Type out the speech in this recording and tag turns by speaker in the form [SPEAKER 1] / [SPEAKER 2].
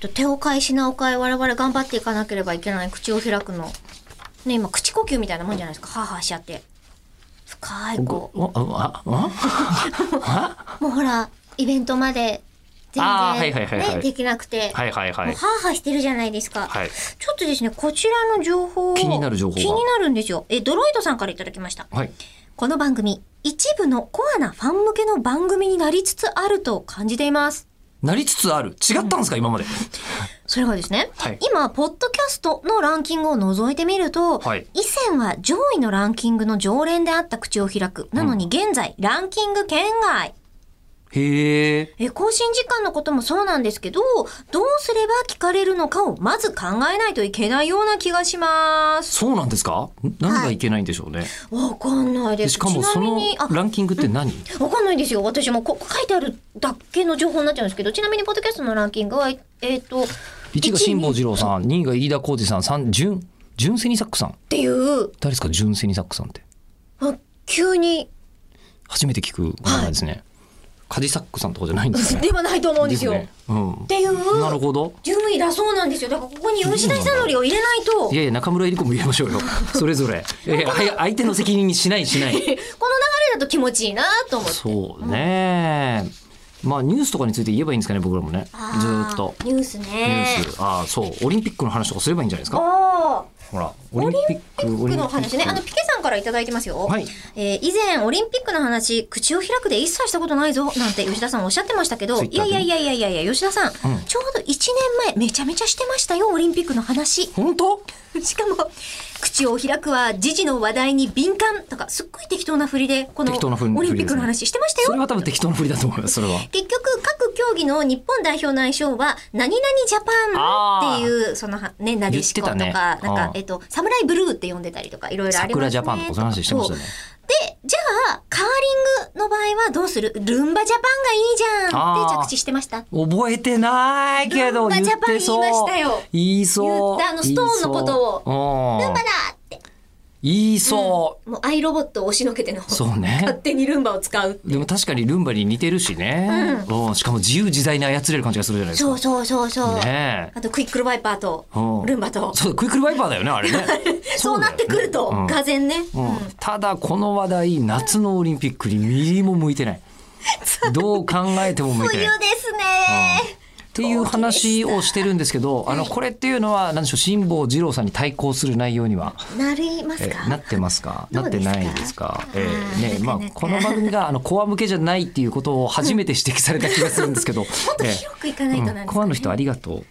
[SPEAKER 1] と手を返しなおかえ我々頑張っていかなければいけない口を開くの。ね、今、口呼吸みたいなもんじゃないですか。はあはあしちゃって。深いこう。
[SPEAKER 2] おああ
[SPEAKER 1] もうほら、イベントまで全
[SPEAKER 2] あーは
[SPEAKER 1] 然
[SPEAKER 2] いはいはいはい
[SPEAKER 1] ねできなくて。
[SPEAKER 2] はいはいは
[SPEAKER 1] もう
[SPEAKER 2] い。
[SPEAKER 1] ハーハーしてるじゃないですか。
[SPEAKER 2] はい
[SPEAKER 1] ちょっとですね、こちらの情報を
[SPEAKER 2] 気になる情報が
[SPEAKER 1] 気になるんですよ。え、ドロイドさんからいただきました。
[SPEAKER 2] はい。
[SPEAKER 1] この番組、一部のコアなファン向けの番組になりつつあると感じています。
[SPEAKER 2] なりつつある。違ったんですか、今まで。
[SPEAKER 1] それがですね、
[SPEAKER 2] はい
[SPEAKER 1] 今、ポッドキャストのランキングを覗いてみると、
[SPEAKER 2] はい
[SPEAKER 1] 以前は上位のランキングの常連であった口を開く。なのに現在、ランキング圏外。
[SPEAKER 2] へえ。
[SPEAKER 1] え、更新時間のこともそうなんですけど、どうすれば聞かれるのかをまず考えないといけないような気がします。
[SPEAKER 2] そうなんですかん何がいけないんでしょうね。
[SPEAKER 1] わかんないで。
[SPEAKER 2] ですしかも
[SPEAKER 1] ち
[SPEAKER 2] そ
[SPEAKER 1] なみ
[SPEAKER 2] の
[SPEAKER 1] に、あ、
[SPEAKER 2] ランキングって何
[SPEAKER 1] わかんないですよ。私もここ書いてあるだけの情報になっちゃうんですけど、ちなみにポッドキャストのランキングは、えっ、えーと、
[SPEAKER 2] ?1 が辛坊治郎さん、2が飯田浩二さん、3、純、純セニサックさん。
[SPEAKER 1] っていう、
[SPEAKER 2] 誰ですか、純セニサックさんって。
[SPEAKER 1] あ急 に、
[SPEAKER 2] 初めて聞く名前ですね。カジサックさんとかじゃないんですね。
[SPEAKER 1] ではないと思うん
[SPEAKER 2] で
[SPEAKER 1] です
[SPEAKER 2] す
[SPEAKER 1] よ。
[SPEAKER 2] ね。うん
[SPEAKER 1] っ。ていう、
[SPEAKER 2] なるほど。
[SPEAKER 1] 順位だそうなんですよ。だからここに吉田久典を入れないと、この
[SPEAKER 2] い
[SPEAKER 1] 流
[SPEAKER 2] やいや、中村えり子も入れましょうよ。それぞれ。いやいやはい相手の責任にしないしない。
[SPEAKER 1] れだと気持ちいいなと思って。
[SPEAKER 2] そうね。まあ、ニュースとかについて言えばいいんですかね、僕らもね。ず
[SPEAKER 1] あー
[SPEAKER 2] ーっと。
[SPEAKER 1] ニュース
[SPEAKER 2] ニュ
[SPEAKER 1] ね。
[SPEAKER 2] ース。ああ、そう。オリンピックの話とかすればいいんじゃないですか。
[SPEAKER 1] あー
[SPEAKER 2] ほら、オリンピッ
[SPEAKER 1] オ
[SPEAKER 2] ク、
[SPEAKER 1] リンピックのお話ね。
[SPEAKER 2] オ
[SPEAKER 1] あ
[SPEAKER 2] リ
[SPEAKER 1] の、
[SPEAKER 2] ンピッ
[SPEAKER 1] ピケさんからいただいてますよ。
[SPEAKER 2] はい
[SPEAKER 1] えー以前、オリンピックの話、口を開くで一切したことないぞ、なんて吉田さんおっしゃってましたけど、いや
[SPEAKER 2] Twitter
[SPEAKER 1] い
[SPEAKER 2] で
[SPEAKER 1] や
[SPEAKER 2] ね
[SPEAKER 1] いやいやいやいや、吉田さん,、
[SPEAKER 2] ん
[SPEAKER 1] ちょうど1年前、めちゃめちゃしてましたよ、オリンピックの話。
[SPEAKER 2] ク本当
[SPEAKER 1] しかも、口を開くは、時事の話題に敏感とか、すっごい適当な振りで、この、
[SPEAKER 2] 適当な振り
[SPEAKER 1] オリンピックの話してましたよ
[SPEAKER 2] それ。は多分適当な振りだと思います、それは。
[SPEAKER 1] 結局、各競技の日本代表の愛称は、何々ジャパンっていう、そのは、ね、なでしことか、
[SPEAKER 2] 言ってた
[SPEAKER 1] なん
[SPEAKER 2] ね
[SPEAKER 1] か
[SPEAKER 2] う、ん
[SPEAKER 1] えっと、サムライブルーって呼んでたりとか、いろいろありますね。
[SPEAKER 2] 桜ジャパンとかそういう話してましたね
[SPEAKER 1] そう。で、じゃあ、カーリングの場合はどうするルンバジャパンがいいじゃんって
[SPEAKER 2] あー
[SPEAKER 1] 着地してました。
[SPEAKER 2] 覚えてないけど、
[SPEAKER 1] ルンバ
[SPEAKER 2] 言
[SPEAKER 1] ジャ
[SPEAKER 2] っ
[SPEAKER 1] パン
[SPEAKER 2] てそう。
[SPEAKER 1] 言いましたよ
[SPEAKER 2] 言いそう。
[SPEAKER 1] 言ったあのストーンのこと
[SPEAKER 2] を。
[SPEAKER 1] ルンバだって。
[SPEAKER 2] 言いそう。
[SPEAKER 1] もうアイロボットを押しのけての。
[SPEAKER 2] そうね
[SPEAKER 1] 勝手にルンバを使う。
[SPEAKER 2] でも確かにルンバに似てるしね。うん。しかも自由自在に操れる感じがするじゃないです
[SPEAKER 1] そ
[SPEAKER 2] か
[SPEAKER 1] う。そうそうそう。
[SPEAKER 2] ねえ。
[SPEAKER 1] あとクイックルワイパーと
[SPEAKER 2] うん
[SPEAKER 1] ルンバと。
[SPEAKER 2] そう、クイックルワイパーだよね、あれね。
[SPEAKER 1] そうなってくると、
[SPEAKER 2] そうだよね
[SPEAKER 1] がぜんね。
[SPEAKER 2] うんうんただこの話題、夏のオリンピックに右も向いてない。どう考えても向いて
[SPEAKER 1] 冬
[SPEAKER 2] ない。
[SPEAKER 1] ですね。
[SPEAKER 2] っていう話をしてるんですけど、あの、これっていうのは、なんでしょう、辛坊二郎さんに対抗する内容には、
[SPEAKER 1] なります
[SPEAKER 2] え
[SPEAKER 1] か
[SPEAKER 2] なってますか
[SPEAKER 1] ど
[SPEAKER 2] な
[SPEAKER 1] う
[SPEAKER 2] っ
[SPEAKER 1] で
[SPEAKER 2] て
[SPEAKER 1] すか
[SPEAKER 2] ないですか
[SPEAKER 1] あー
[SPEAKER 2] えーね、
[SPEAKER 1] なか
[SPEAKER 2] まあ
[SPEAKER 1] なか、
[SPEAKER 2] この番組が、あの、コア向けじ ゃないっていうことを初めて指摘された気がするんですけど、もっ
[SPEAKER 1] と広くいかないとなんですかね
[SPEAKER 2] コアの人ありがとう。